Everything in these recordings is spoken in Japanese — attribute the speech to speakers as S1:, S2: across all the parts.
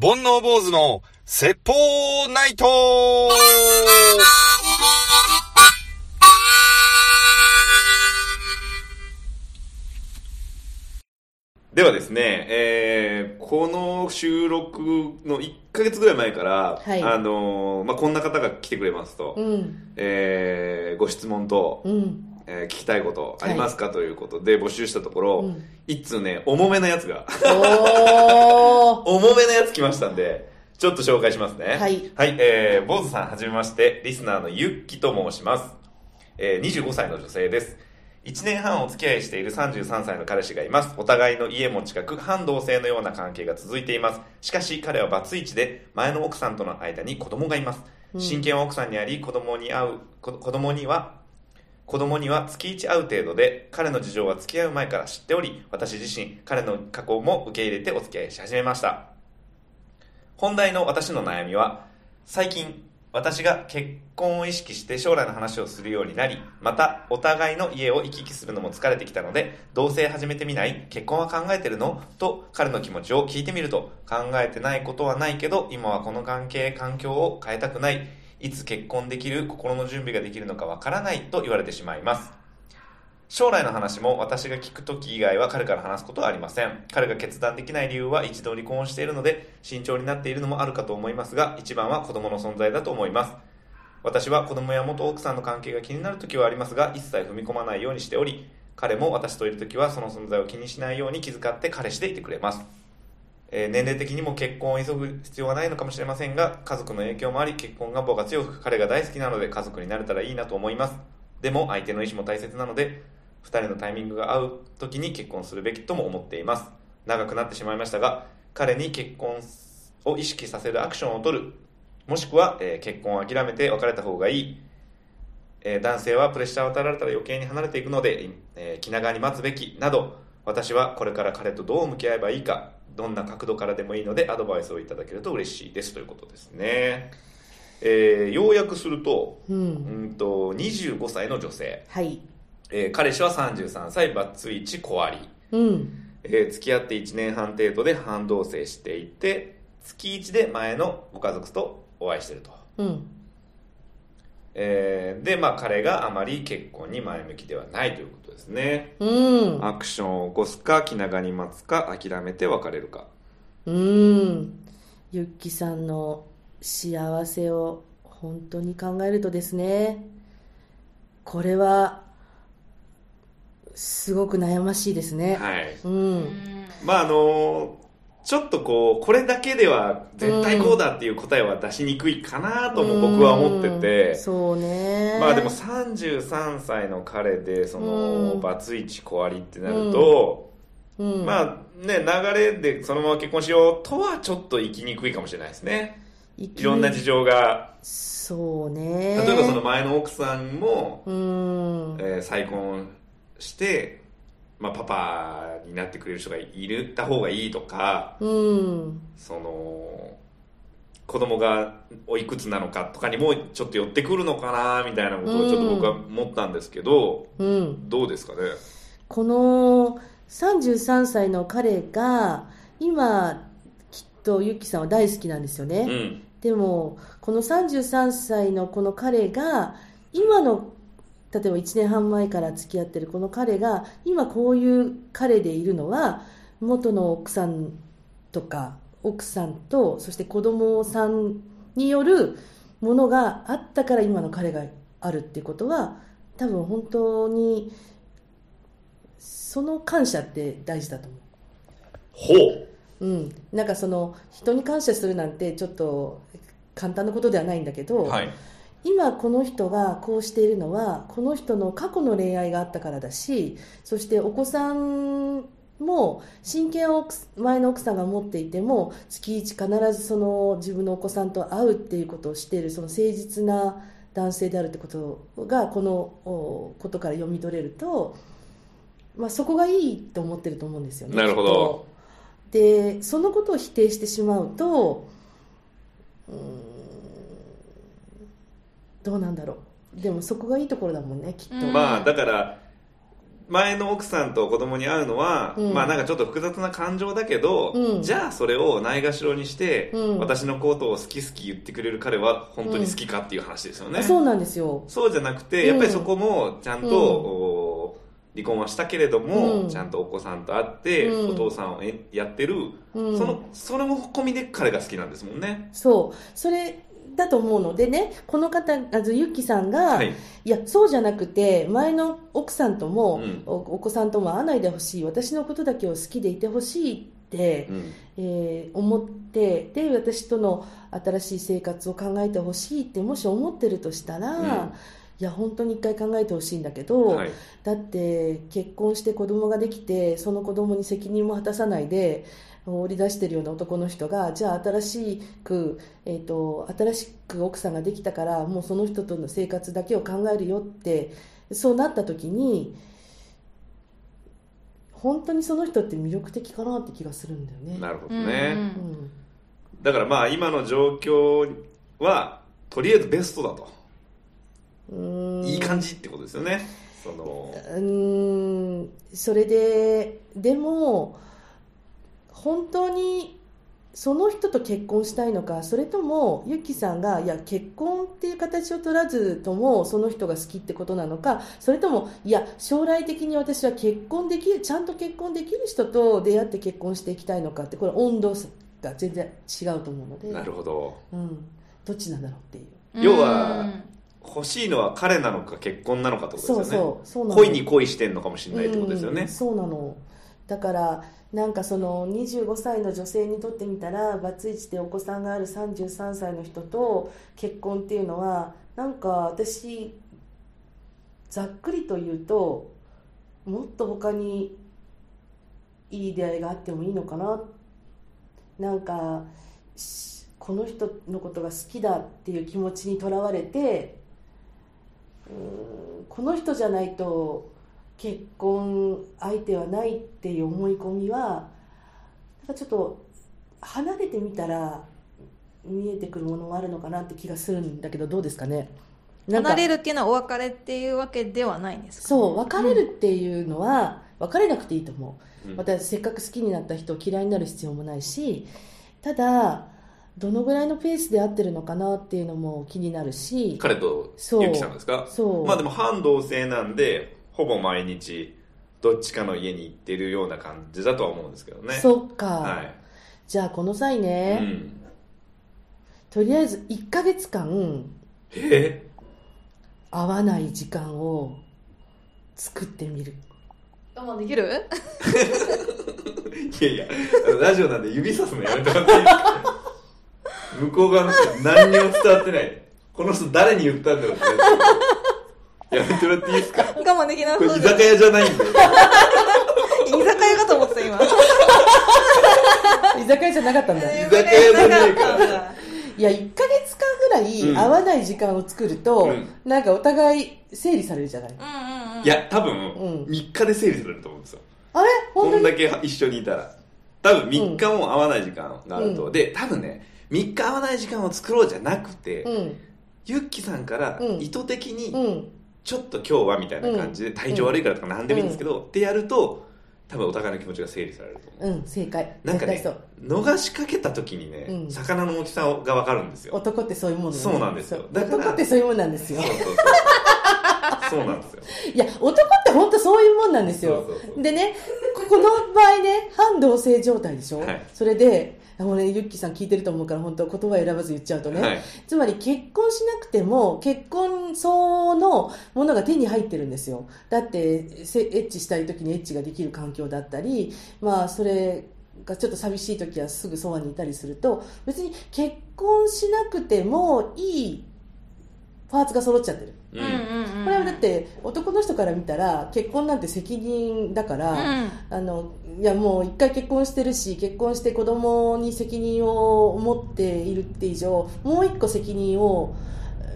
S1: 煩悩坊主の説法ナイト
S2: ではですね、えーこの収録の1ヶ月ぐらい前から、
S3: はい
S2: あのーまあ、こんな方が来てくれますと、
S3: うん
S2: えーご質問と、
S3: うん
S2: えー聞きたいことありますか、ということで募集したとこ
S3: う
S2: ろ、
S3: ん
S2: 一通ね、重めなやつが、
S3: おー
S2: 重めなやつ来ましたんで、ちょっと紹介しますね。
S3: はい。
S2: えー、坊主さんはじめまして、リスナーのゆっきと申します。えー、25歳の女性です。1年半お付き合いしている33歳の彼氏がいます。お互いの家も近く、半同性のような関係が続いています。しかし彼はバツイチで、前の奥さんとの間に子供がいます。
S3: うん
S2: 親権は奥さんにあり、子供に会う、こ子供には子供には月1会う程度で彼の事情は付き合う前から知っており私自身彼の過去も受け入れてお付き合いし始めました本題の私の悩みは最近私が結婚を意識して将来の話をするようになりまたお互いの家を行き来するのも疲れてきたので同棲始めてみない結婚は考えてるのと彼の気持ちを聞いてみると考えてないことはないけど今はこの関係環境を変えたくないいつ結婚できる心の準備ができるのかわからないと言われてしまいます将来の話も私が聞く時以外は彼から話すことはありません彼が決断できない理由は一度離婚しているので慎重になっているのもあるかと思いますが一番は子供の存在だと思います私は子供や元奥さんの関係が気になる時はありますが一切踏み込まないようにしており彼も私といる時はその存在を気にしないように気遣って彼氏でいてくれますえー年齢的にも結婚を急ぐ必要はないのかもしれませんが家族の影響もあり結婚願望が強く彼が大好きなので家族になれたらいいなと思いますでも相手の意思も大切なので2人のタイミングが合う時に結婚するべきとも思っています長くなってしまいましたが彼に結婚を意識させるアクションを取るもしくは、えー結婚を諦めて別れた方がいいえー男性はプレッシャーを与えられたら余計に離れていくので、えー気長に待つべきなど私はこれから彼とどう向き合えばいいかどんな角度からでもいいのでアドバイスをいただけると嬉しいですということですね、えーようやくすると,、
S3: う
S2: うんん、と25歳の女性、
S3: はい
S2: えー彼氏は33歳バツイチ小あり、
S3: うん
S2: えー付き合って1年半程度で半同棲していて月1で前のご家族とお会いしてると
S3: うん
S2: えーで、まあ、彼があまり結婚に前向きではないということですね。
S3: うん
S2: アクションを起こすか、気長に待つか、諦めて別れるか。
S3: うんゆっきさんの幸せを本当に考えるとですねこれはすごく悩ましいですね
S2: はい。
S3: うん
S2: まあ、あのーちょっとこう、これだけでは絶対こうだっていう答えは出しにくいかなとも僕は思って
S3: うん
S2: て、
S3: そうね
S2: まあでも33歳の彼で、その、
S3: うん
S2: バツイチ小ありってなると、
S3: うん
S2: まあね、流れでそのまま結婚しようとはちょっと行きにくいかもしれないですね。
S3: い
S2: いろんな事情が
S3: そうね
S2: 例えばその前の奥さんも、
S3: うん
S2: えー再婚して、まあ、パパになってくれる人がいるた方がいいとか
S3: うん
S2: その子供がおいくつなのかとかにもちょっと寄ってくるのかなみたいなことをちょっと僕は思ったんですけど、
S3: うん
S2: どうですかね
S3: この33歳の彼が今きっとユッキさんは大好きなんですよね、
S2: うん
S3: でもこの33歳のこの彼が今の例えば1年半前から付き合ってるこの彼が今こういう彼でいるのは元の奥さんとか奥さんとそして子供さんによるものがあったから今の彼があるってことは多分本当にその感謝って大事だと思う。
S2: ほう
S3: うん、なんかその人に感謝するなんてちょっと簡単なことではないんだけど、
S2: はい
S3: 今この人がこうしているのはこの人の過去の恋愛があったからだしそしてお子さんも親権を奥前の奥さんが持っていても月一必ずその自分のお子さんと会うっていうことをしているその誠実な男性であるってことがこのおことから読み取れると、まあ、そこがいいと思ってると思うんですよね。
S2: なるほど
S3: きっとでそのことを否定してしまうとうーんどうなんだろうでもそこがいいところだもんねきっと、
S2: まあだから前の奥さんと子供に会うのは、
S3: うん
S2: まあなんかちょっと複雑な感情だけど、
S3: うん
S2: じゃあそれをないがしろにして、
S3: うん
S2: 私のことを好き好き言ってくれる彼は本当に好きかっていう話ですよね、
S3: あそうなんですよ。
S2: そうじゃなくてやっぱりそこもちゃんと、
S3: うん
S2: お離婚はしたけれども、
S3: うん
S2: ちゃんとお子さんと会って、
S3: うん
S2: お父さんをえやってる、
S3: うん、
S2: そのそれも込みで彼が好きなんですもんね、
S3: そうそれだと思うのでねこの方あずゆきさんが、、
S2: はいい、
S3: やそうじゃなくて前の奥さんとも、
S2: うん
S3: おお子さんとも会わないでほしい私のことだけを好きでいてほしいって、
S2: うん
S3: えー思ってで私との新しい生活を考えてほしいってもし思ってるとしたら、
S2: うん
S3: いや本当に一回考えてほしいんだけど、
S2: はい、
S3: だって結婚して子供ができてその子供に責任も果たさないで放り出してるような男の人がじゃあ新しく、えー、と新しく奥さんができたからもうその人との生活だけを考えるよってそうなった時に本当にその人って魅力的かなって気がするんだよね。
S2: なるほど
S4: うん
S2: ね、
S4: うん
S2: だからまあ今の状況はとりあえずベストだと、
S3: うん、
S2: いい感じってことですよねその
S3: うーんそれででも本当にその人と結婚したいのかそれともユキさんがいや結婚っていう形を取らずともその人が好きってことなのかそれともいや将来的に私は結婚できるちゃんと結婚できる人と出会って結婚していきたいのかってこれ温度差が全然違うと思うので
S2: なるほど
S3: うん、どっちなんだろうっていう
S2: 要は欲しいのは彼なのか結婚なのかってことですよ
S3: そ
S2: ね
S3: うそうそうなの
S2: 恋に恋してんのかもしれないってことですよ
S3: う
S2: ね
S3: ん、そうなのだからなんかその25歳の女性にとってみたらバツイチでお子さんがある33歳の人と結婚っていうのはなんか私ざっくりと言うともっと他にいい出会いがあってもいいのかななんかしこの人のことが好きだっていう気持ちにとらわれてうーんこの人じゃないと結婚相手はないっていう思い込みはなんかちょっと離れてみたら見えてくるものもあるのかなって気がするんだけどどうですかねなんか
S4: 離れるっていうのはお別れっていうわけではないんですか
S3: そう別れるっていうのは、別れなくていいと思う、
S2: うん
S3: またせっかく好きになった人を嫌いになる必要もないしただどのぐらいのペースで合ってるのかなっていうのも気になるし
S2: 彼と
S3: そう
S2: ゆきさんですか
S3: そう、
S2: まあでも半同性なんでほぼ毎日どっちかの家に行ってるような感じだとは思うんですけどね
S3: そっか、
S2: はい、
S3: じゃあこの際ね、
S2: うん、
S3: とりあえず1ヶ月間
S2: え
S3: 会わない時間を作ってみ る
S4: 我慢できる
S2: いやいやあのラジオなんで指さすのやめてもらっていいですか向こう側の人何にも伝わってないこの人誰に言ったんだろうってやつやめてもらっていいですか
S4: 我慢できな
S2: これ
S4: そ
S2: 居
S4: うです
S2: 酒屋じゃないんで
S4: 居酒屋かと思って た今
S3: 居酒屋じゃなかったんだ
S2: 居酒屋じゃねえから
S3: いや1ヶ月間ぐら
S2: うん
S3: い会わない時間を作ると、
S2: う
S3: なんかお互い整理されるじゃない
S4: うんうんうん
S2: いや多分、
S3: うん
S2: 3日で整理されると思うんですよ
S3: あれ
S2: こ
S3: 本当
S2: ん
S3: に
S2: だけ一緒にいたら多分3日も会わない時間があると、
S3: うん
S2: で多分ね3日会わない時間を作ろうじゃなくて、
S3: うん
S2: ゆっきさんから
S3: うん
S2: 意図的に、
S3: うん
S2: ちょっと今日はみたいな感じで、体調悪いからとか何でもいいんですけど、ってやると多分お互いの気持ちが整理されると思う、
S3: うん正解
S2: なんかね
S3: 絶対そう
S2: 逃しかけた時にね、
S3: うん
S2: 魚の大きさが分かるんですよ
S3: 男ってそういうもの、ね、
S2: そうなんですよ
S3: そう
S2: だから
S3: 男ってそういうもんなんです
S2: そ
S3: よ
S2: うそうそうそうなんですよ
S3: いや男って本当そういうもんなんですよ
S2: そうそうそう
S3: でねここの場合ね反同性状態でしょ、
S2: はい
S3: それで俺、ね、ゆっきさん聞いてると思うから本当言葉選ばず言っちゃうとね、
S2: はい
S3: つまり結婚しなくても結婚相応のものが手に入ってるんですよだってせエッチしたい時にエッチができる環境だったりまあそれがちょっと寂しい時はすぐそばにいたりすると別に結婚しなくてもいいパーツが揃っちゃってる
S2: う、
S4: うんんうんうん
S3: これはだって男の人から見たら結婚なんて責任だか
S4: う
S3: ら、
S4: ん
S3: あのいやもう一回結婚してるし結婚して子供に責任を持っているって以上もう一個責任を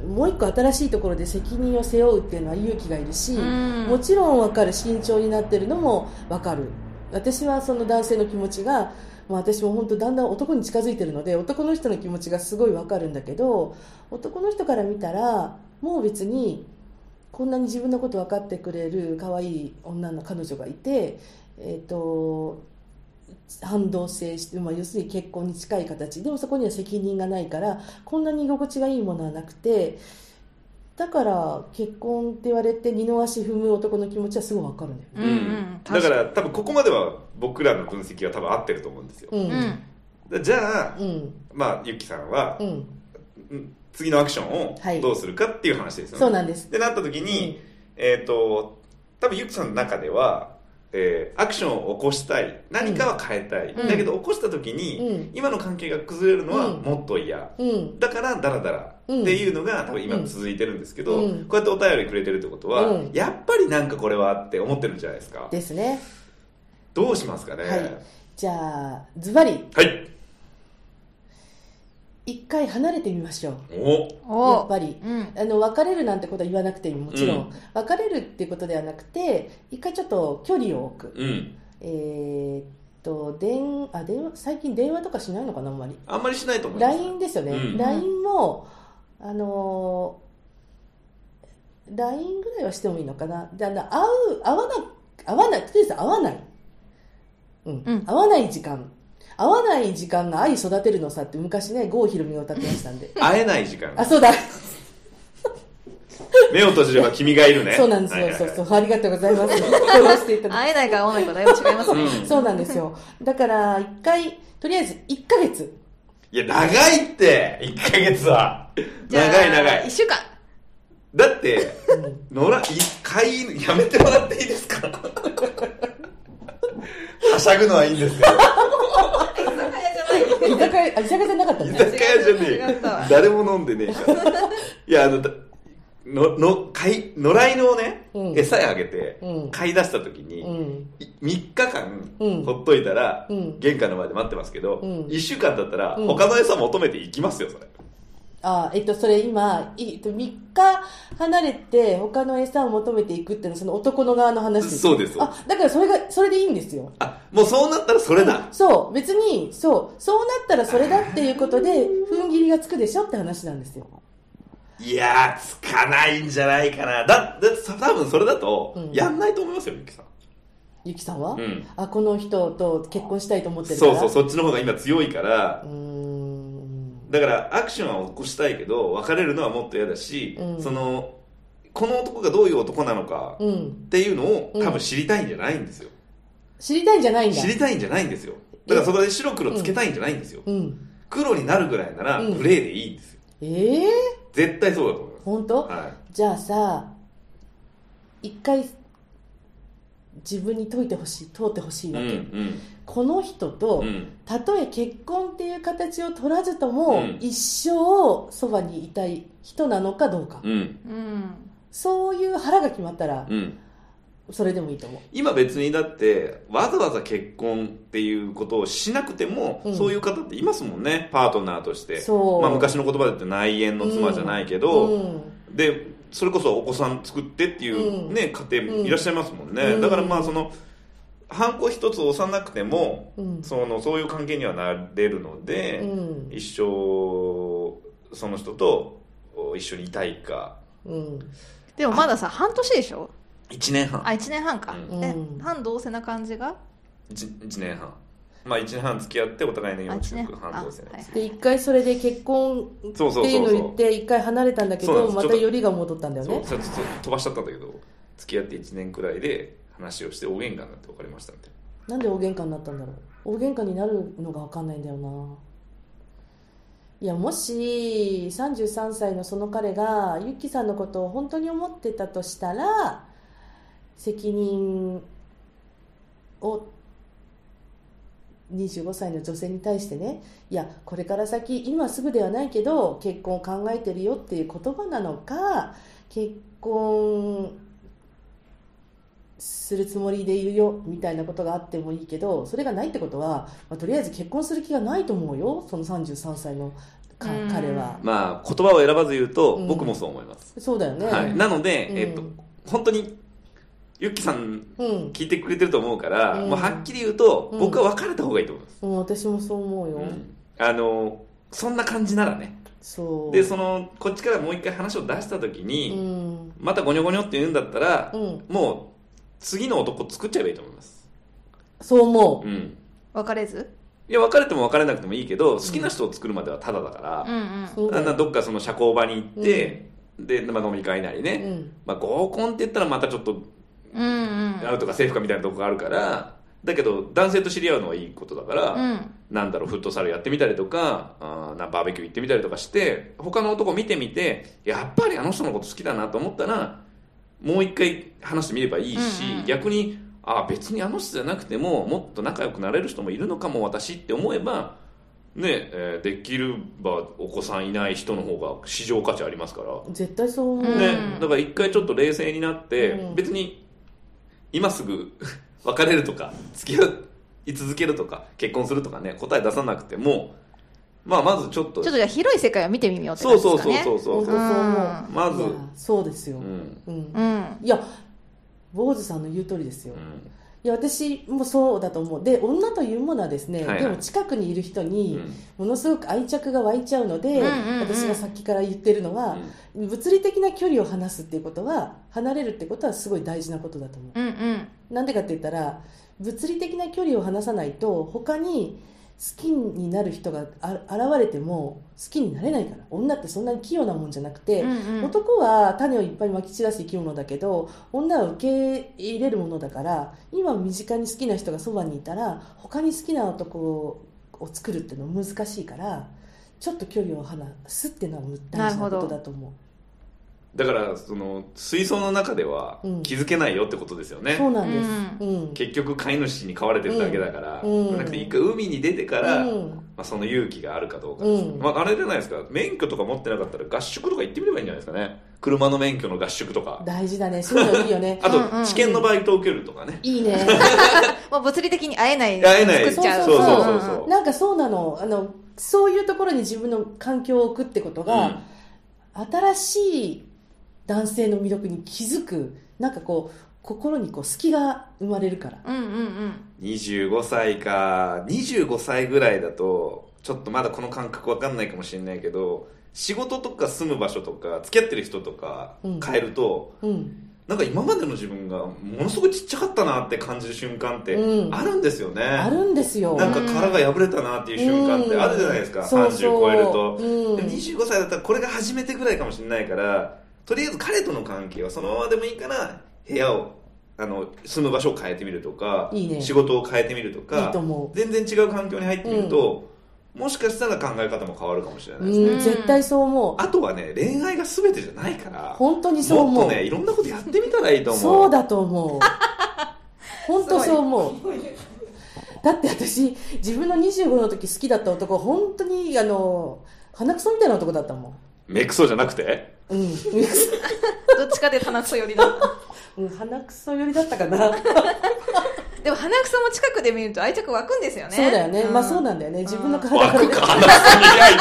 S3: もう一個新しいところで責任を背負うっていうのは勇気がいるし、
S4: うん
S3: もちろん分かる慎重になってるのも分かる私はその男性の気持ちが、まあ、私も本当だんだん男に近づいてるので男の人の気持ちがすごい分かるんだけど男の人から見たらもう別にこんなに自分のこと分かってくれる可愛い女の彼女がいて、えー、と反動性して、まあ、要するに結婚に近い形でもそこには責任がないからこんなに居心地がいいものはなくてだから結婚って言われて二の足踏む男の気持ちはすごい分かるんだよね。
S4: うんうん
S2: だから多分ここまでは僕らの分析は多分合ってると思うんですよ
S3: う、
S4: うんん
S2: でじゃあ、
S3: うん
S2: まあゆきさんは
S3: う、ん、
S2: うん次のアクショ
S3: は
S2: ンを
S3: い
S2: どうするかっていう話ですよね、
S3: そうなんです。
S2: でなった時に、えっ、と多分ゆきさんの中では、えーアクションを起こしたい何かは変えたい、
S4: うん
S2: だけど起こした時
S3: う
S2: に、
S3: ん、
S2: 今の関係が崩れるのは
S3: うん
S2: もっと嫌
S3: うん、
S2: だからダラダラって
S3: うん
S2: いうのが多分今
S3: うん
S2: 続いてるんですけど、
S3: うん
S2: こうやってお便りくれてるってことは、
S3: うん
S2: やっぱりなんかこれはって思ってるんじゃないですか
S3: ですね。
S2: どうしますかね
S3: はいじゃあズバリ
S2: はい、
S3: 一回離れてみましょう。
S2: お
S3: やっ
S4: お
S3: ぱり
S4: うん
S3: あの別れるなんてことは言わなくてももちろん、
S2: う
S3: 別れるっていうことではなくて一回ちょっと距離を置く、
S2: うん
S3: えーっと電あ電話最近電話とかしないのかなあんまり
S2: あんまりしないと思います
S3: LINE ですよね、
S2: うん
S3: LINE もあのー LINE ぐらいはしてもいいのかなであの会う会わない会わないとりあえず会わない、うん
S4: うん
S3: 会わない時間会わない時間が愛育てるのさって昔ね郷ひろみが歌ってましたんで
S2: 会えない時間
S3: あそうだ
S2: 目を閉じれば君がいるね
S3: そうなんです
S2: はいはいはい
S3: そうそうそう。ありがとうござ います。フォローしていただい
S4: 会えないか会わないかだいぶ違いますね
S2: うん
S3: て。そうなんですよ。だから、一回、とりあえず1ヶ月。
S2: いや長いって1ヶ月は
S4: じゃあ
S2: 長い長い
S4: 一週間
S2: だって
S3: うん
S2: 野良一回やめてもらっていいですかはしゃぐのはいいんですよ
S3: 居酒屋、あ居酒屋じゃなかった
S2: 居
S3: んだ。
S2: 酒屋じゃね
S4: 違
S2: え
S4: ったわ
S2: 誰も飲んでねえからいやあのだのの買い野良犬をね、
S3: うん
S2: 餌あげて
S3: うん
S2: 買い出した時に、
S3: うん。
S2: い3日間
S3: うん
S2: ほっといたら、
S3: うん
S2: 玄関の前で待ってますけど、
S3: うん
S2: 1週間だったら
S3: うん
S2: 他の餌求めていきますよそれ、
S3: あ、えっと、それ今、いえっと、3日離れて他の餌を求めていくっていうのはその男の側の話
S2: そうですそうで
S3: あ、だからそれが、それでいいんですよ。
S2: あもうそうなったらそれだ、
S3: そう、別に、そう、そうなったらそれだっていうことで、踏ん切りがつくでしょって話なんですよ。
S2: いやーつかないんじゃないかなだださ多分それだと、
S3: うん
S2: やんないと思いますよミキさん
S3: ゆきさんは、
S2: うん
S3: あ、この人と結婚したいと思ってるか
S2: そ
S3: ら。
S2: うそうそっちの方が今強いから
S3: うーん。
S2: だからアクションは起こしたいけど別れるのはもっと嫌だし、
S3: うん
S2: そのこの男がどういう男なのかっ
S3: うん。
S2: ていうのを
S3: うん
S2: 多分知りたいんじゃないんですよ、
S3: 知りたいんじゃないんだ。
S2: 知りたいんじゃないんですよだからそこで白黒つけたいんじゃないんですよ、
S3: うん。
S2: 黒になるぐらいなら
S3: うん
S2: プレイでいいんですよ
S3: ええ
S2: 絶対そうだと思い
S3: 本当
S2: ます、はい、
S3: じゃあさ、一回、自分に解いてほしい、通ってほしいわ
S2: う
S3: け。
S2: ん
S3: この人
S2: う
S3: と
S2: んう、ん
S3: たとえ結婚っていう形を取らずと
S2: う
S3: も、
S2: ん
S3: 一生そばにいたい人なのかどうか。
S2: うん
S4: うん
S3: そういう腹が決まったら、
S2: うん
S3: それでもいいと思う。
S2: 今別にだってわざわざ結婚っていうことをしなくても、
S3: うん
S2: そういう方っていますもんねパートナーとして
S3: そう。
S2: まあ、昔の言葉で言って内縁の妻じゃないけど、
S3: うん。
S2: でそれこそお子さん作ってっていう、
S3: うん
S2: ね家庭もいらっしゃいますもんね、
S3: うん
S2: だからまあそのハンコ一つ押さなくても
S3: うん。
S2: そのそういう関係にはなれるの
S3: う
S2: で、
S3: ん。
S2: 一生その人と一緒にいたいか
S3: うん。
S4: でもまださ半年でしょ
S2: 1年半
S4: あ一年半か
S2: うん
S4: え
S3: うん
S4: 半同せな感じが
S2: 1, 年半まあ1年半付き合ってお互いの
S4: あ
S2: 4
S4: 一年
S2: 週間半同棲なんですよ
S3: で、一回それで結婚
S2: そう
S3: っ
S2: そう
S3: てい
S2: そうう
S3: の
S2: そう
S3: 言って、一回離れたんだけ
S2: そうなん
S3: ど、
S2: です
S3: ま
S2: ち
S3: た
S2: ょっと
S3: よりが戻ったんだよ
S2: そう
S3: ね。
S2: ちょっと飛ばしちゃったんだけど付き合って1年くらいで話をして大喧嘩になって別れましたみたいな
S3: なんで大喧嘩になったんだろう大喧嘩になるのが分かんないんだよないやもし33歳のその彼がユッキーさんのことを本当に思ってたとしたら責任を25歳の女性に対してねいやこれから先今すぐではないけど結婚を考えてるよっていう言葉なのか結婚するつもりでいるよみたいなことがあってもいいけどそれがないってことは、まあ、とりあえず結婚する気がないと思うよその33歳のか
S4: うん
S3: 彼は
S2: まあ、言葉を選ばず言うと、
S3: うん
S2: 僕もそう思います、
S3: そうだよね、
S2: はい、なので、
S3: うん
S2: えっと、本当にゆっきさん
S3: うん
S2: 聞いてくれてると思うから、
S3: うん
S2: もうはっきり言うと、
S3: うん
S2: 僕は別れた方がいいと思います、
S3: うん、私もそう思うよ、
S2: うんあのそんな感じならね
S3: そう
S2: でそのこっちからもう一回話を出した時に、
S3: うん
S2: またゴニョゴニョって言うんだったら、
S3: うん
S2: もう次の男作っちゃえばいいと思います
S3: そう思
S2: う
S3: う
S2: ん
S4: 別れず
S2: いや別れても別れなくてもいいけど好きな人を作るまではタダだから、
S4: うんうん
S3: そうだ
S2: あ
S3: よ
S2: んなどっかその社交場に行って、で、まあ、飲み会なりね、
S3: うん
S2: まあ、合コンって言ったらまたちょっと
S4: うん
S2: 会うとかセーフかみたいなとこがあるからだけど男性と知り合うのはいいことだから、
S4: うん
S2: なんだろうフットサルやってみたりとかあーなバーベキュー行ってみたりとかして他の男見てみてやっぱりあの人のこと好きだなと思ったらもう一回話してみればいいし、
S4: うんうん
S2: 逆にあー別にあの人じゃなくてももっと仲良くなれる人もいるのかも私って思えば、ねえーできればお子さんいない人の方が市場価値ありますから。
S3: 絶対そう思う、
S4: うん
S2: ね、だから一回ちょっと冷静になって、
S3: うん
S2: 別に今すぐ 別れるとか付き合い続けるとか結婚するとかね答え出さなくても、まあ、まずちょっと
S4: ちょっとじゃあ広い世界を見てみようって
S2: そ
S4: 感
S2: う
S4: じで
S2: そ
S4: す
S2: うそうそうそう
S3: 本
S4: かね
S3: 当そう思
S4: ん
S3: う
S2: まず、
S3: いうやそうですよ、
S2: んうん
S3: うん
S4: うん
S3: いや坊主さんの言う通りですよ、いや私もそうだと思うで女というものはですね、
S2: はいはい
S3: でも近くにいる人
S2: うん
S3: にものすごく愛着が湧いちゃうので、
S4: うんうんうん
S3: 私がさっきから言ってるのは、物理的な距離を離すっていうことは離れるってことはすごい大事なことだと思
S4: うんうん
S3: うなんでかって言ったら物理的な距離を離さないと他に好きになる人があ現れても好きになれないから女ってそんなに器用なもんじゃなくて、
S4: うんうん
S3: 男は種をいっぱいまき散らす生き物だけど女は受け入れるものだから今身近に好きな人がそばにいたら他に好きな男を作るっていうのは難しいからちょっと距離を離すっていうのは大事なことだと思
S2: だからその水槽の中では
S3: うん
S2: 気づけないよってことですよ
S3: う
S2: ね、
S3: そうなんですうん
S2: 結局飼い主に飼われてるだけだから、
S3: うんうん
S2: なくて一回海に出てから、
S3: う
S2: ま
S3: ん
S2: あ、その勇気があるかどうかですね、
S3: うん
S2: まあ、あれじゃないですか免許とか持ってなかったら合宿とか行ってみればいいんじゃないですかね車の免許の合宿とか
S3: 大事だねそういうのいいよね
S2: あ
S4: うんうんう
S2: と
S4: ん
S2: 試験のバイトを受けるとかね、
S3: いい ね
S4: もう物理的に会えない
S2: 会えない
S4: 作っちゃう
S3: そうそう
S2: そうそう
S3: なんかそうなのあのそういうところに自分の環境を置くってこと
S2: うん
S3: が、新しい男性の魅力に気づくなんかこう心にこう隙が生まれるから
S4: うんうんうん
S2: 25歳か25歳ぐらいだとちょっとまだこの感覚わかんないかもしれないけど仕事とか住む場所とか付き合ってる人とか
S3: うん
S2: 変えると、
S3: うん
S2: なんか今までの自分がものすごいちっちゃかったなって感じる瞬間って
S3: うん
S2: あるんですよね、
S3: あるんですよ
S2: なんか殻が破れたなっていう瞬間ってあるじゃないですか、
S3: そう
S2: 30超えると
S3: そううん
S2: 25歳だったらこれが初めてぐらいかもしれないからとりあえず彼との関係はそのままでもいいから部屋をあの住む場所を変えてみるとか
S3: いいね
S2: 仕事を変えてみるとか
S3: いいと思
S2: 全然違う環境に入ってみると、もしかしたら考え方も変わるかもしれな
S3: う、
S2: いうですね、
S3: ん
S4: うん
S3: 絶対そう思う
S2: あとはね恋愛が全てじゃないから
S3: 本当にそう
S2: も
S3: 思
S2: っ
S3: う
S2: とねいろんなことやってみたらいいと思う
S3: そうだと 思う本当そう思うだって私自分の25の時好きだった男本当にあの鼻くそみたいな男だったもん
S2: メクソじゃなくて
S3: うん
S4: どっちかで鼻くそ寄りだ
S3: うん鼻くそ寄りだったかな、
S4: でも鼻くそも近くで見ると愛着湧くんですよね
S3: そうだよね、まあそう
S4: だ
S3: なんだよね自分の体から
S2: 湧くか話に愛着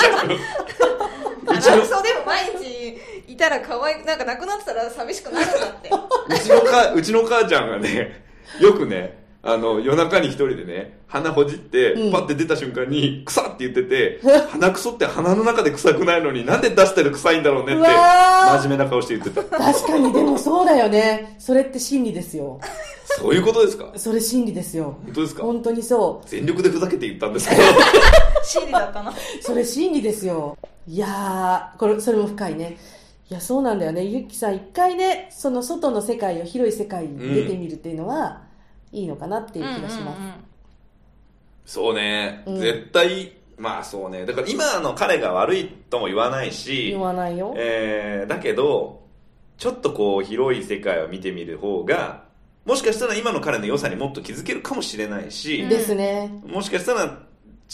S4: 鼻くそでも毎日いたら可愛いなんかなくなってたら寂しくなるんだって
S2: うちのか、うちの母ちゃんがね、よくね、あの、夜中に一人でね、鼻ほじって、
S3: うん
S2: パッて出た瞬間に、臭って言ってて、鼻くそって鼻の中で臭くないのになんで出してる臭いんだろうねっ
S3: う
S2: て、
S3: わー
S2: 真面目な顔して言ってた。
S3: 確かにでもそうだよねそれって真理ですよ
S2: そういうことですか
S3: それ真理ですよ
S2: 本当ですか
S3: 本当にそ
S2: 全力でふざけて言ったん ですけど。
S4: シーリだったな
S3: うそれ真理ですよいやーこれそれも深いねいやそうなんだよねゆっきさん一回ねその外の世界を広い世界に出てみるっていうのは、いいのかなっていう気がします、
S2: そうね、
S3: うん
S2: 絶対、まあそうね。だから今の彼が悪いとも言わないし、
S3: 言わないよ
S2: えーだけどちょっとこう広い世界を見てみる方がもしかしたら今の彼の良さにもっと気づけるかもしれないし、
S3: ですね
S2: もしかしたら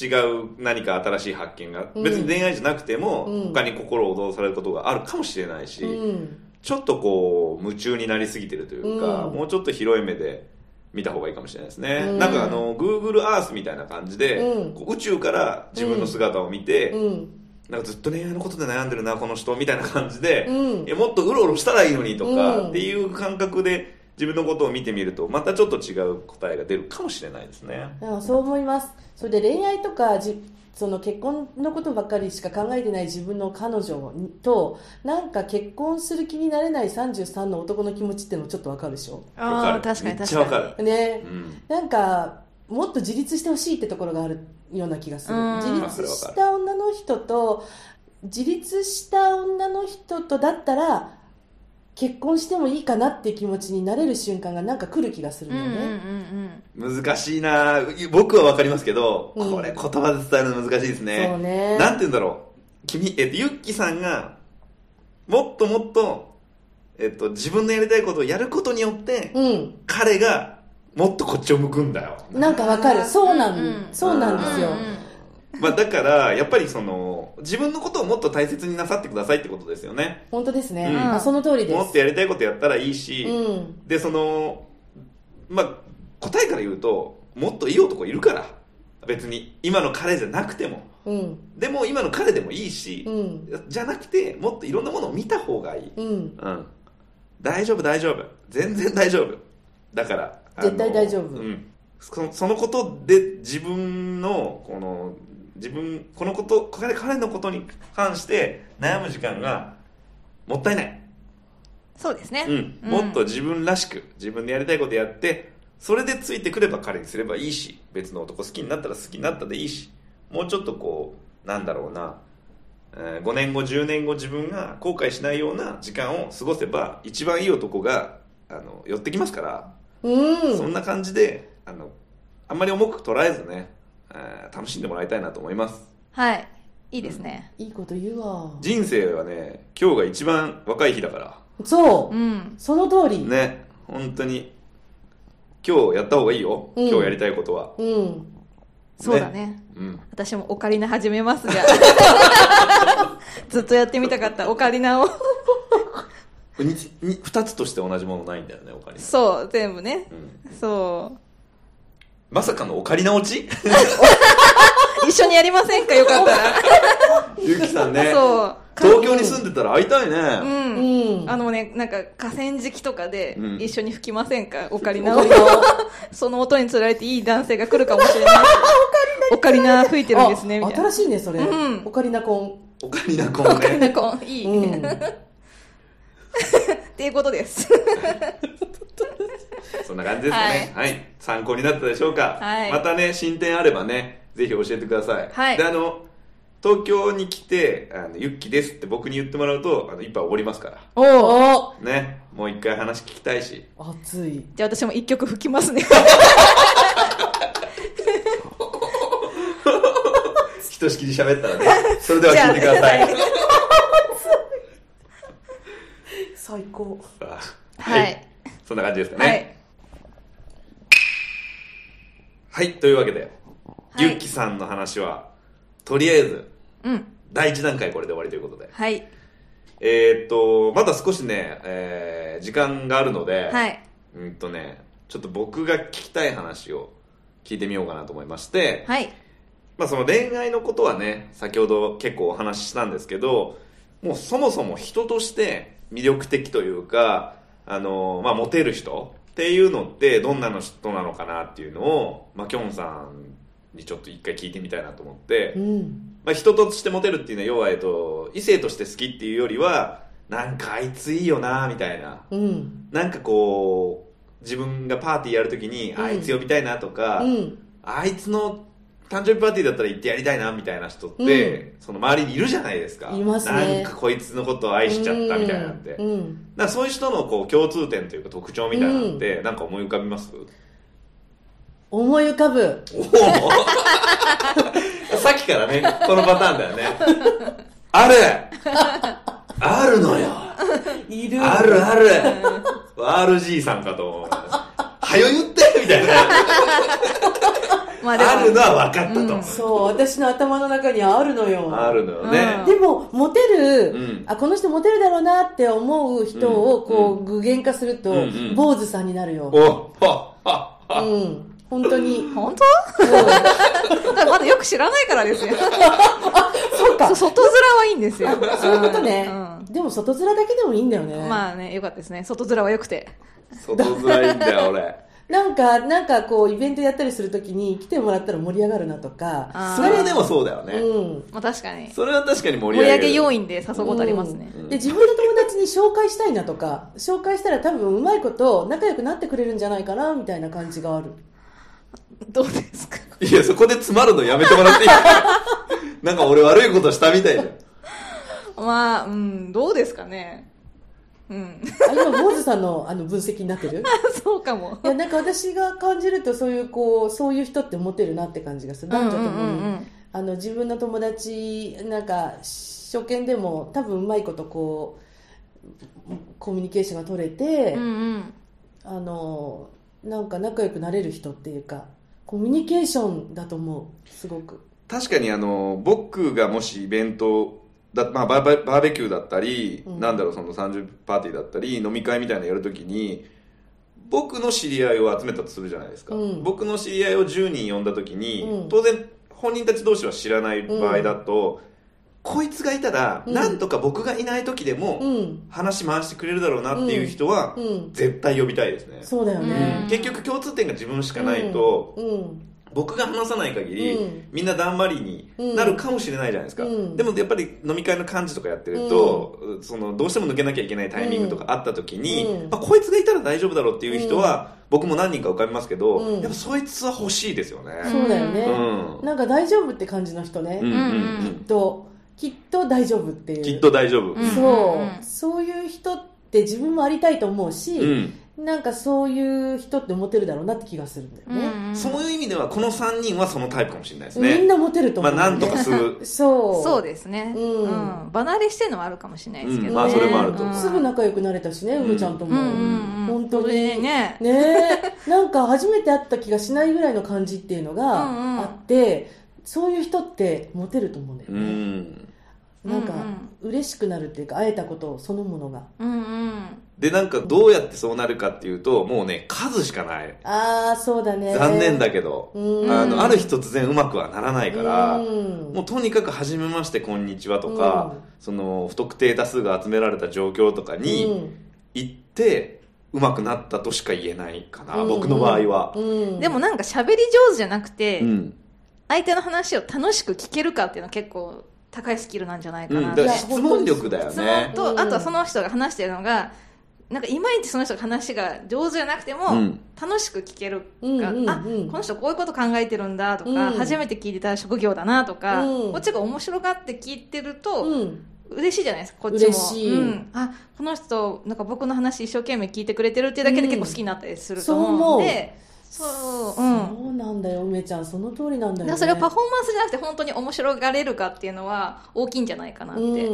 S2: 違う何か新しい発見が、
S3: うん
S2: 別に恋愛じゃなくても、
S3: うん
S2: 他に心を動されることがあるかもしれないし、
S3: うん
S2: ちょっとこう夢中になりすぎてるというか、
S3: うん
S2: もうちょっと広い目で見た方がいいかもしれないですね、
S3: うん
S2: なんかあの Google Earth みたいな感じで、
S3: うん
S2: こう宇宙から自分の姿を見て、
S3: うん
S2: なんかずっと恋愛のことで悩んでるなこの人みたいな感じで、
S3: うん
S2: いやもっとうろうろしたらいいのにとか、
S3: うん
S2: っていう感覚で自分のことを見てみるとまたちょっと違う答えが出るかもしれないですね
S3: うん、そう思いますそれで恋愛とかじその結婚のことばっかりしか考えてない自分の彼女にとなんか結婚する気になれない33の男の気持ちってのもちょっとわかるでしょ
S4: ああ確かに確かに
S2: めっちゃわかる
S3: ね
S2: うん
S3: なんかもっと自立してほしいってところがあるような気がする
S4: うん
S3: 自立した女の人と自立した女の人とだったら結婚してもいいかなって気持ちになれる瞬間がなんか来る気がする
S4: うんん
S3: だ
S4: う
S3: よ
S4: んうん
S3: ね、
S4: うん
S2: 難しいな僕はわかりますけど、
S3: うん
S2: これ言葉で伝えるの難しいです
S3: そ
S2: ね
S3: うね
S2: なんて言うんだろう君、えっと、ゆっきさんがもっともっと、えっと、自分のやりたいことをやることによって、
S3: うん
S2: 彼がもっとこっちを向くんだよ、
S3: なんかわかるそうなん、
S4: うんうん
S3: そうなんですよ、
S4: うんうん
S2: まあ、だからやっぱりその自分のことをもっと大切になさってくださいってことですよね
S3: 本当ですね、
S2: うん
S3: あその通りで
S2: もっとやりたいことやったらいいし、
S3: すうん
S2: でそのまあ答えから言うともっといい男いるから別に今の彼じゃなくても
S3: うん
S2: でも今の彼でもいいし
S3: う、ん
S2: じゃなくてもっといろんなものを見た方がいい、
S3: うん
S2: うん、大丈夫大丈夫全然大丈夫だからあの
S3: 絶対大丈夫
S2: うん、そそのことで自分のこの自分このこと彼彼のことに関して悩む時間がもったいない
S4: そうですね、
S2: うん、もっと自分らしく自分でやりたいことやってそれでついてくれば彼にすればいいし別の男好きになったら好きになったでいいしもうちょっとこうなんだろうな、えー5年後10年後自分が後悔しないような時間を過ごせば一番いい男があの寄ってきますから、
S3: うん
S2: そんな感じであのあんまり重く捉えずね、えー楽しんでもらいたいなと思います
S4: はいいいですね
S3: いいこと言うわ
S2: 人生はね今日が一番若い日だから
S3: そうう、
S4: ん
S3: その通り、
S2: ね本当に今日やった方がいいよ、
S3: うん
S2: 今日やりたいことは
S3: うん
S4: そうだね
S2: うん
S4: 私もオカリナ始めます じゃあずっとやってみたかったオカリナを
S2: にに2つとして同じものないんだよねオカリナ、
S4: そう全部ね
S2: うん、
S4: そ
S2: まさかのオカリナ落 ち
S4: う一緒にやりませんかよかったら
S2: ゆきさんね
S4: そう
S2: 東京に住んでたら会いたいね、
S3: う
S4: うん
S3: ん
S4: あのねなんか河川敷とかで
S2: うん
S4: 一緒に吹きませんか、オカリ
S3: わか
S4: ナを
S3: るよ
S4: その音につられていい男性が来るかもしれないしオカリナ吹いてるんですねみ
S3: あ
S4: たいな
S3: 新しいねそれ、
S4: うん
S3: オカリナコ
S2: オカリナコン
S4: オカリ
S2: ね
S4: ナコンい
S3: ン、
S4: い、
S3: う
S4: っ
S3: ん、
S4: ていうことです
S2: そんな感じですねはい、参考になったでしょうか、
S4: はい
S2: またね進展あればねぜひ教えてください、
S4: はい
S2: であの東京に来てあの「ゆっきです」って僕に言ってもらうとあの一杯おごりますから
S4: おお
S3: お
S2: ねもう一回話聞きたいし
S3: 熱い
S4: じゃあ私も一曲吹きますね
S2: ひとしきり喋ったら ねそれでは聞いてください
S4: じゃ
S3: 最高
S2: さあ
S4: はい、
S2: そんな感じですか
S4: はい、
S2: ね。はい、というわけで、
S4: はい
S2: ゆっきさんの話は、とりあえず、
S4: うん
S2: 第一段階これで終わりということで。
S4: はい
S2: えーっと、まだ少しね、えー時間があるので、
S4: はい
S2: うんとね、ちょっと僕が聞きたい話を聞いてみようかなと思いまして、
S4: はい
S2: まあその恋愛のことはね、先ほど結構お話ししたんですけど、もうそもそも人として魅力的というか、あの、まあモテる人っていうのってどんなの人なのかなっていうのを、まあきょんさんにちょっと一回聞いてみたいなと思って
S3: う、ん
S2: まあ人としてモテるっていうのは要は、えっと、異性として好きっていうよりは、なんかあいついいよな、みたいな。
S3: うん
S2: なんかこう、自分がパーティーやるときに、
S3: うん
S2: あいつ呼びたいなとか、
S3: うん
S2: あいつの誕生日パーティーだったら行ってやりたいなみたいな人って、その周りにいるじゃないですか。
S3: いますね
S2: なんかこいつのことを愛しちゃったみたいなって。
S3: うんうん
S2: なんかそういう人のこう共通点というか特徴みたいなのって、なんか思い浮かびます、
S3: 思い浮かぶ
S2: おお さっきからね、このパターンだよ ね。あるあるのよ
S3: いる
S2: あるある !RG さんかと思う。はよ言ってみた いな。
S4: まあでも
S2: あるのは分かったと。
S3: そう私の頭の中にあるのよ
S2: あるのよね。
S4: うん
S3: でもモテる、
S2: うん
S3: あこの人モテるだろうなって思う人をこう、
S2: う
S3: 具現化すると、
S2: うんうん
S3: 坊主さんになるよ、
S2: お はは
S3: う
S2: は
S3: ん、本当に、うん
S4: 本当だからまだよく知らないか らですよ。
S3: そうか
S4: そ外面はいいんですよ。
S3: そういうことね、
S4: うん
S3: でも外面だけでもいいんだよね、
S4: まあね、よかったですね。外面は良くて。
S2: 外づらいんだよ俺
S3: なんか、なんかこう、イベントやったりするときに来てもらったら盛り上がるなとか、
S4: あー
S2: それはでもそうだよ
S3: う
S2: ね、
S3: ん。
S4: まあ確かに
S2: それは確かに盛り
S4: 盛り
S2: 上
S4: 上
S2: げ
S4: げ要
S2: 因
S4: 因で誘うことありますね、
S2: うん
S3: で、自分の友達に紹介したいなとか、紹介したら多分うまいこと仲良くなってくれるんじゃないかな、みたいな感じがある。
S4: どうですか
S2: いやそこで詰まるのやめてもらっていい かななんか俺悪いことしたみたいじゃん
S4: まあうんどうですかねうん
S3: あ今、坊主さんのあの分析になってる
S4: そうかも
S3: いや、なんか私が感じると、そういうこう、そういう人ってモテるなって感じがする。男女ともに。
S4: うんうんうんうん
S3: あの自分の友達なんか初見でも多分うまいことこうコミュニケーションが取れて、
S4: うんうん
S3: あのなんか仲良くなれる人っていうかコミュニケーションだと思うすごく
S2: 確かにあの僕がもしイベントだ、まあ、バーババーベキューだったり、
S3: うん
S2: なんだろうその30パーティーだったり飲み会みたいなのやるときに僕の知り合いを集めたとするじゃないですか、
S3: うん
S2: 僕の知り合いを10人呼んだときに、
S3: うん
S2: 当然本人たち同士は知らない場合だと、こいつがいたら、
S3: うん
S2: なんとか僕がいない時でも、
S3: うん
S2: 話回してくれるだろうなっていう人は、
S3: うん
S2: 絶対呼びたいですね、
S3: そうだよね
S4: うん
S2: 結局共通点が自分しかないと、
S3: うん
S2: 僕が話さない限り、
S3: うん
S2: みんなだんまりになるかもしれないじゃないですか、
S3: うん
S2: でもやっぱり飲み会の幹事とかやってると、そのどうしても抜けなきゃいけないタイミングとかあった時に、
S3: うん
S2: まあ、こいつがいたら大丈夫だろうっていう人は、僕も何人か浮かびますけど、
S3: うん
S2: やっぱそいつは欲しいですよね
S3: そうだよ
S2: う
S3: ね、
S2: ん、
S3: なんか大丈夫って感じの人ね、
S2: うんうんう
S3: き
S2: ん
S3: っときっと大丈夫っていう
S2: きっと大丈夫、
S4: うん
S3: そう、
S4: うんうん
S3: そういう人って自分もありたいと思うし、
S2: うん
S3: なんかそういう人ってモテるだろうなって気がするんだよ
S4: うん
S3: ね、
S4: うん
S2: そういう意味ではこの3人はそのタイプかもしれないです
S3: みん
S2: ね、
S3: なモテると
S2: ま
S3: 思
S2: あ、
S3: う、
S2: なんとかする
S3: そう
S4: そうですね、
S3: うん
S4: うん離れしてるのはあるかもしれないですけど、ね
S2: うんまあそれもあると思う
S3: すぐ仲良くなれたしね、
S2: うん
S3: うむちゃんと
S4: う
S3: も、
S4: んうんうん、
S3: 本当に
S4: ね
S3: ね えなんか初めて会った気がしないぐらいの感じっていうの
S4: うんうん
S3: があって、そういう人ってモテると思うんだよ
S2: う
S3: ね、
S2: ん
S3: なんか
S4: うんうん
S3: 嬉しくなるっていうか会えたことそのものが
S4: うんうん
S2: でなんかどうやってそうなるかっていうともうね数しかない
S3: ああそうだね
S2: 残念だけど、
S3: うん
S2: あのある日突然うまくはならないから、
S3: うん
S2: もうとにかく「初めましてこんにちは」とか、
S3: うん
S2: その不特定多数が集められた状況とか
S3: う
S2: に
S3: ん
S2: 行って、うまくなったとしか言えないかな、
S3: うん
S2: 僕の場合は。
S3: うん
S4: でもなんか喋り上手じゃなくて、
S2: うん
S4: 相手の話を楽しく聞けるかっていうのは結構高いスキルなんじゃないか
S2: うん、だ
S4: な
S2: か
S4: と、
S3: い
S2: ら
S3: や
S2: 質問力だよ
S4: 質問
S2: ね。
S4: と、
S3: うん
S4: あとはその人が話してるのがなんかいまいちその人が話が上手じゃなくても、
S2: うん
S4: 楽しく聞けるか、
S3: うんうんうん
S4: あこの人こういうこと考えてるんだとか、
S3: うん
S4: 初めて聞いてた職業だなとか、
S3: うん
S4: こっちが面白がって聞いてると、
S3: うん
S4: 嬉しいじゃないですかこっちも
S3: 嬉しい
S4: うん、あこの人なんか僕の話一生懸命聞いてくれてるっていうだけで結構好きになったりすると思うんで、そうう、ん、
S3: そうなんだよ梅ちゃんその通りなんだ
S4: だ
S3: よ、
S4: か
S3: ね、
S4: らそれがパフォーマンスじゃなくて本当に面白がれるかっていうのは大きいんじゃないかなって、う、
S3: うんん
S4: うんう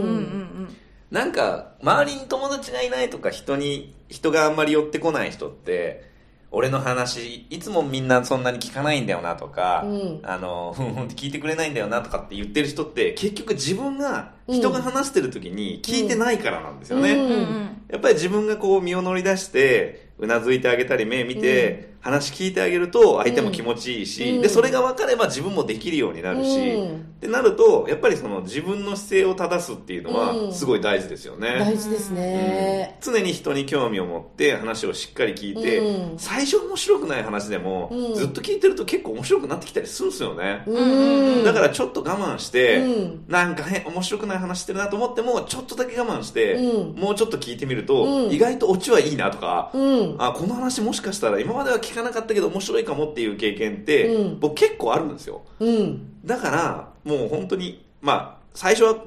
S4: ん
S2: なんか周りに友達がいないとか人に人があんまり寄ってこない人って俺の話いつもみんなそんなに聞かないんだよなとか、
S3: うん
S2: あのふんふんって聞いてくれないんだよなとかって言ってる人って結局自分が人が話してる時に聞いてないからなんですよね、
S3: うん
S4: うんうん
S2: やっぱり自分がこう身を乗り出してうなずいてあげたり目見て、話聞いてあげると相手も気持ちいいし、
S3: うん
S2: でそれが分かれば自分もできるようになるし、
S3: う
S2: っ
S3: ん
S2: てなるとやっぱりその自分の姿勢を正すっていうの
S3: う
S2: は
S3: ん
S2: すごい大事ですよね、
S3: 大事ですね、
S2: うん常に人に興味を持って話をしっかり聞いて、
S3: うん
S2: 最初面白くない話でも、
S3: うん
S2: ずっと聞いてると結構面白くなってきたりするんですよね、
S4: うん
S2: だからちょっと我慢して、
S3: うん
S2: なんか変面白くない話してるなと思ってもちょっとだけ我慢して、
S3: うん
S2: もうちょっと聞いてみると、
S3: うん
S2: 意外とオチはいいなとか、
S3: うん
S2: あこの話もしかしたら今までは聞かなかったけど面白いかもっていう経験って、
S3: うん
S2: 僕結構あるんですよ
S3: うん
S2: だからもう本当にまあ最初は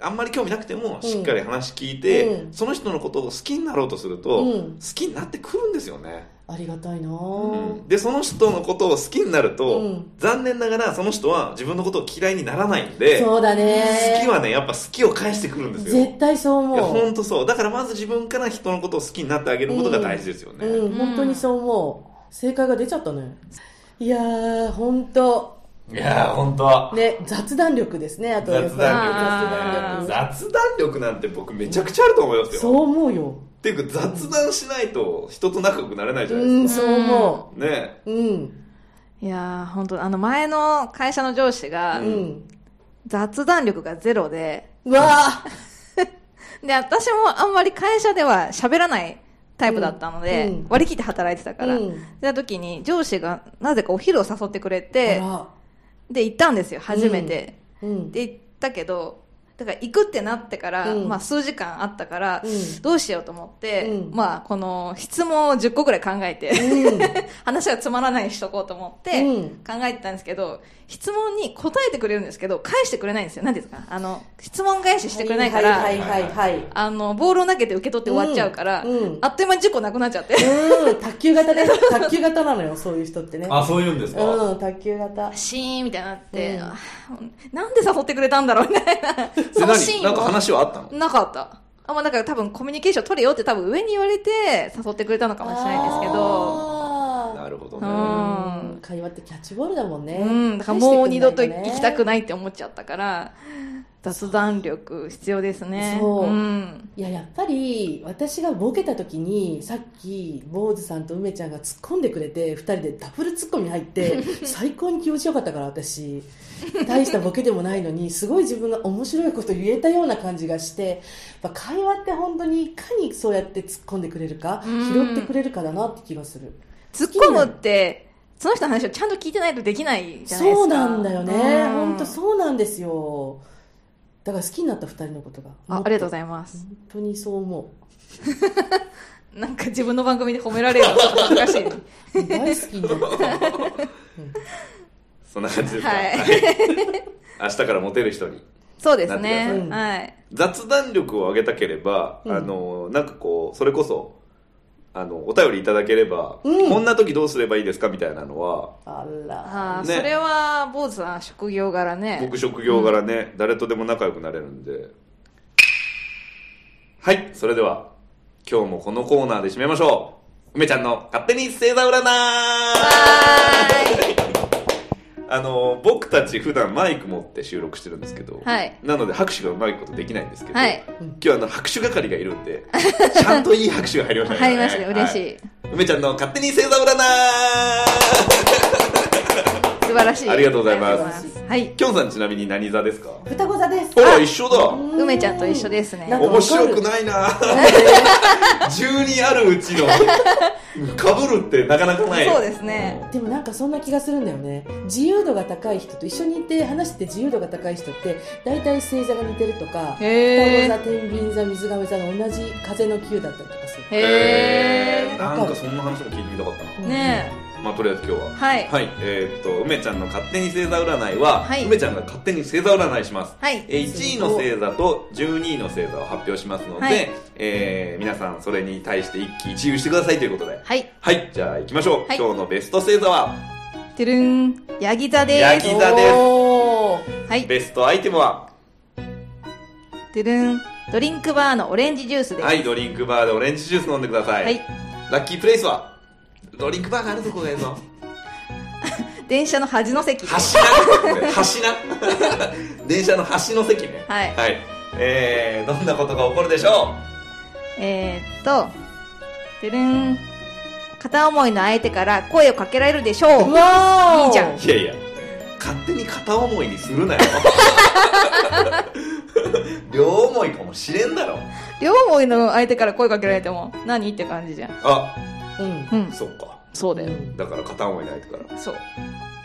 S2: あんまり興味なくてもしっかり話聞いて、
S3: うん
S2: その人のことを好きになろうとすると、
S3: うん
S2: 好きになってくるんですよね、
S3: ありがたいな
S2: うんでその人のことを好きになると、
S3: うん
S2: 残念ながらその人は自分のことを嫌いにならないんで
S3: そうだね
S2: 好きはねやっぱ好きを返してくるんですよ
S3: 絶対そう
S2: いや
S3: 思う
S2: 本当そうだからまず自分から人のことを好きになってあげることが大事ですよね、
S3: うん本当にそう思う正解が出ちゃったねいやー本当
S2: いやー本当
S3: ね雑談力ですねあと
S2: 雑談
S4: 談
S2: 力
S4: 力
S3: 雑談
S2: 雑談力なんて僕めちゃくちゃあると思います
S3: 力
S2: よ
S3: そう思うよ
S2: っていうか雑談しないと人と仲良くなれないじゃないうで
S3: ん
S2: す
S3: そう思
S2: か、ね
S3: ううん
S4: いやー本当あの前の会社の上司が
S3: うん
S4: 雑談力がゼロで
S3: うわあ
S4: で私もあんまり会社では喋らないタイプだったので、
S3: うん
S4: 割り切って働いてたから、
S3: うん
S4: でた時に上司がなぜかお昼を誘ってくれて
S3: あ
S4: で行ったんですよ初めて、
S3: らうん
S4: で行ったけどだから行くってなってから、
S3: うん
S4: まあ、数時間あったから、
S3: うん
S4: どうしようと思って、
S3: うん
S4: まあ、この質問を10個ぐらい考えて、
S3: うん
S4: 話はつまらないようにしとこうと思って
S3: うん
S4: 考えてたんですけど、質問に答えてくれるんですけど返してくれないんですよ何ですかあの質問返ししてくれないから、
S3: はいはいはいはい
S4: あのボールを投げて受け取って終わっちゃうから、
S3: うんうん
S4: あっという間に10個なくなっちゃって
S3: うん卓球型ね卓球型なのよそういう人ってね
S2: あ、そういうんですか。
S3: うん卓球型
S4: シーンみたいになって、
S3: うん
S4: あなんで誘ってくれたんだろうみたいな
S2: で
S4: そのシーン
S2: 何な
S4: を
S2: んか話はあったの
S4: なかった。あまあ、だから多分コミュニケーション取れよって多分上に言われて誘ってくれたのかもしれないんですけど。
S3: あ
S2: なるほど
S4: う
S2: ね。
S3: ー
S4: ん
S3: うん会話ってキャッチボールだもんね
S4: うん、だからもう二度と行
S3: 返し
S4: き
S3: て
S4: た
S3: く
S4: く
S3: んない
S4: ないって思っちゃったから、雑談力必要ですね。
S3: そう
S4: うん。
S3: いややっぱり私がボケた時にさっき坊主さんと梅ちゃんが突っ込んでくれて2人でダブル突っ込み入って 最高に気持ちよかったから私大したボケでもないのにすごい自分が面白いこと言えたような感じがしてやっぱ会話って本当にいかにそうやって突っ込んでくれるか
S4: うん
S3: 拾ってくれるかだなって気がする
S4: 突っ込むって、その人の話をちゃんと聞いてないとできないじゃないですか。
S3: そうなんだよね
S4: うん
S3: 本当そうなんですよだから好きになった2人のことが
S4: あありがとうござ
S3: い
S4: います。
S3: ます本当にそう思う
S4: なんか自分の番組で褒められるのちょっと恥ずかしい。
S3: 大好きになった
S2: そんな感じですか。
S4: はい
S2: はい明日からモテる人に。
S4: そうです
S2: な
S4: ね
S3: ってく。だ
S4: はい。
S2: 雑談力を上げたければ、
S3: うん
S2: あのなんかこうそれこそあのお便りいただければ、
S3: うん
S2: こんな時どうすればいいですかみたいなのは
S3: あら
S4: ああ、
S2: ね
S4: それは坊主さん職業柄ね。
S2: 僕職業柄ね、誰とでも仲良くなれるんではいそれでは今日もこのコーナーで締めましょう梅ちゃんの勝手に星座占いあの僕たち普段マイク持って収録してるんですけど、
S4: はい
S2: なので拍手がうまいことできないんですけど、
S4: はい
S2: 今日あの拍手係がいるん でちゃんといい拍手が入りましたね
S4: 入りましたね、嬉し。
S2: はい梅ちゃんの勝手に星座占
S4: 素晴らしい。
S2: ありがとうございます
S4: す。はい
S2: い。きょんさんちなみに何座ですか
S3: 双子座です
S2: ほら一緒だ
S4: 梅ちゃんと一緒ですね
S3: なんかわか
S2: 面
S3: る
S2: 白くない な 12あるうちのかぶるってなかなかない
S4: そうですね
S3: でもなんかそんな気がするんだよね自由度が高い人と一緒にいて話して自由度が高い人って大体星座が似てるとか
S4: へ
S3: 双子
S4: ー
S3: 座天秤座水亀座の同じ風の球だったりとかする
S4: へ
S2: えーなんかそんな話も聞いてみたかったな
S4: ーね
S2: まあとりあえず今日は
S4: えはい
S2: はい、えーっと梅ちゃんの勝手に星座占いは、
S4: はい
S2: 梅ちゃんが勝手に星座占いします
S4: はい
S2: えー1位の星座と12位の星座を発表しますので、
S4: はい
S2: えー皆さんそれに対して一喜一憂してくださいということで
S4: はい
S2: はいじゃあ行きましょう、
S4: はい
S2: 今日のベスト星座は
S4: てるんヤギ座です
S2: ヤギ座です
S3: おー
S4: はい
S2: ベストアイテムは
S4: てるんドリンクバーのオレンジジュースです
S2: はいドリンクバーでオレンジジュース飲んでください、
S4: はい
S2: ラッキープレイスはドリンクバーがあるとこがいいぞ
S4: 電車の端の席
S2: 端な端な電車の端の席ね
S4: はい
S2: はい、えー、どんなことが起こるでしょ
S4: えーっとてるん片思いの相手から声をかけられるでしょ
S3: う
S4: う
S3: わー
S4: いいじゃん
S2: ういやいや勝手に片思いにする なよ両思いかもしれんだろ
S4: 両思いの相手から声かけられても何って感じじゃん
S2: あ
S3: うん
S4: うん
S2: そっか
S4: そうだよ
S2: だから片思いないから
S4: そう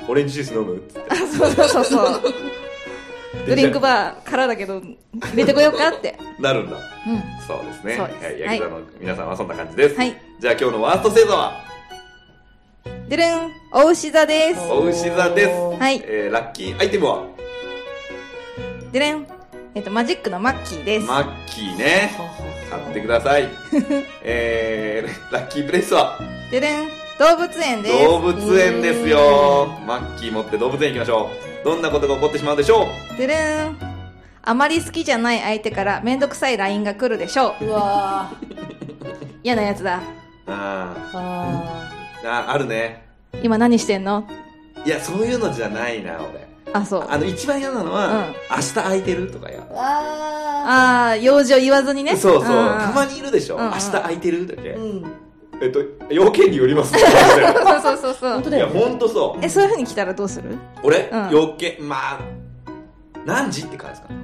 S2: オレンジジュース飲むっつって
S4: そうそうそうそう。 ドリンクバーからだけど、入れてこようかって。
S2: なるんだ
S4: うん。
S2: そうですね
S4: そうです
S2: はい、
S4: は
S2: ヤ
S4: い
S2: ギ座の皆さんはそんな感じです、
S4: はい。
S2: じゃあ今日のワースト星座は
S4: でるん、お牛座です。
S2: お牛座です
S3: おー
S4: はい。
S2: えー、ラッキーアイテムは
S4: でるん、えっと、マジックのマッキーです。
S2: マッキーね買ってくだ さいえー、ラッキープレイスは
S4: でるん、動物園です。
S2: 動物園ですよマッキー持って動物園行きましょうどんなことが起こってしまうでしょう
S4: でるん、あまり好きじゃない相手からめんどくさい LINE が来るでしょう。
S3: うわー
S4: 嫌なやつだ。
S2: あ
S3: あ
S2: ーああるね
S4: 今何してんの
S2: いやそういうのじゃないな俺
S4: あ、そう。
S2: あの一番嫌なのは、
S4: うん
S2: 明日空いてるとかや
S3: ーあ
S4: ああ、用事を言わずにね。
S2: そうそう、
S4: ん
S2: たまにいるでしょ、
S4: うんうん
S2: 明日空いてるだけ、
S3: ーうん
S2: えっと要件により ます
S4: そうそうそうそ
S3: 本
S4: う。
S3: 当
S2: い
S3: だ
S2: や
S3: よね
S2: ほんとそう
S4: え、そういう風に来たらどうする
S2: 俺、
S4: うん
S2: 要件まあ何時って感じかな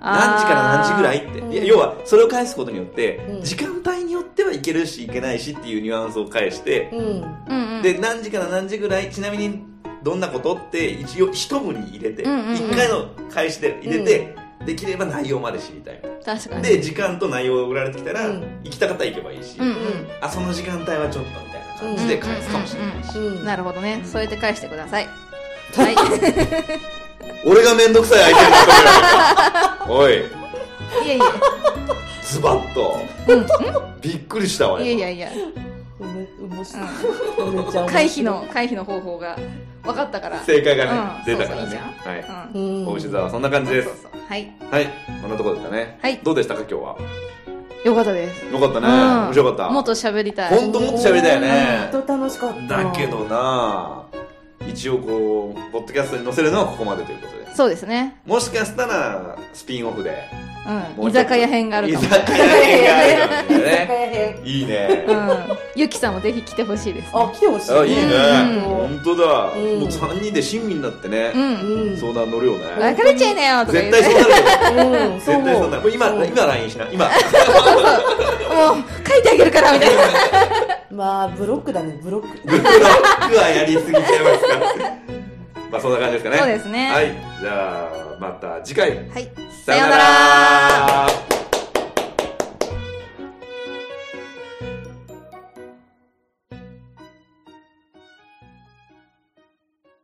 S4: 何
S2: 何時から何時ぐらいって、
S3: うん
S2: いや要はそれを返すことによって、
S3: うん
S2: 時間帯によっってはいけるしいけないしっていうニュアンスを返して、
S3: うん
S4: うんうん
S2: で何時から何時ぐらいちなみにどんなことって一応一文に入れて、一
S4: うんうんうん
S2: 回の返しで入れて、できれば内容まで知りたい、
S4: 確かに
S2: で時間と内容が送られてきたら、
S3: うん
S2: 行きたかったら行けばいいし、
S4: うん
S2: あその時間帯はちょっとみたいな感じで返すかもしれないし、
S3: うん
S4: うんなるほどねそうやって返してくださいは
S3: はい
S2: 俺が面倒くさい相 手に求められたおい
S4: いやい
S2: ズバッとびっくりしたわ
S4: や
S2: よ
S4: いやいやいや
S3: うめうめし
S4: う
S3: うめちゃん面白い
S4: ん回避の回避の方法が分かったから
S2: 正解がね、
S4: うん
S2: 出たから
S4: そうそういいじ
S2: ね
S4: ゃん
S2: はい、
S4: うん
S3: う
S2: お
S3: ん
S2: うし座はそんな感じです
S4: そうそうそうはい
S2: はいこんなとこですかね
S4: はい
S2: どうでしたか今日は
S4: よかったです
S2: よかったね、
S4: うん
S2: 面白かった
S4: もっと喋りたい
S2: 本当もっと喋りたいよね
S3: 本当楽しかった
S2: だけどな一応こうポッドキャストに載せるのはここまでということで
S4: そうですね
S2: もしかしたらスピンオフでも
S4: うん
S2: う
S4: 居
S2: 一つ
S4: 酒屋編があるかも
S2: 居酒屋編があるかもしれない ね
S3: ね
S2: いいね
S4: うんゆきさんもぜひ来てほしいですね
S3: あ来てほしい
S2: あいいね
S4: うん
S2: 本当だ
S3: う
S2: も
S3: ん
S2: う3人で親身になってね
S4: うん
S3: うん
S2: 相談乗るよね
S4: 別れちゃいなよとか言
S2: 絶
S4: うね
S2: 対そう なるよ
S3: うんそう
S2: 絶対そうなるこれ今
S3: そう
S2: 今 LINE しな今
S4: もう書いてあげるからみたいな
S3: まあブロックだねブロック
S2: ブロックはやりすぎちゃい ますかまあそんな感じですかね
S4: そうですね
S2: はいじゃあまた次回
S4: はい
S2: さような
S4: さような
S2: ら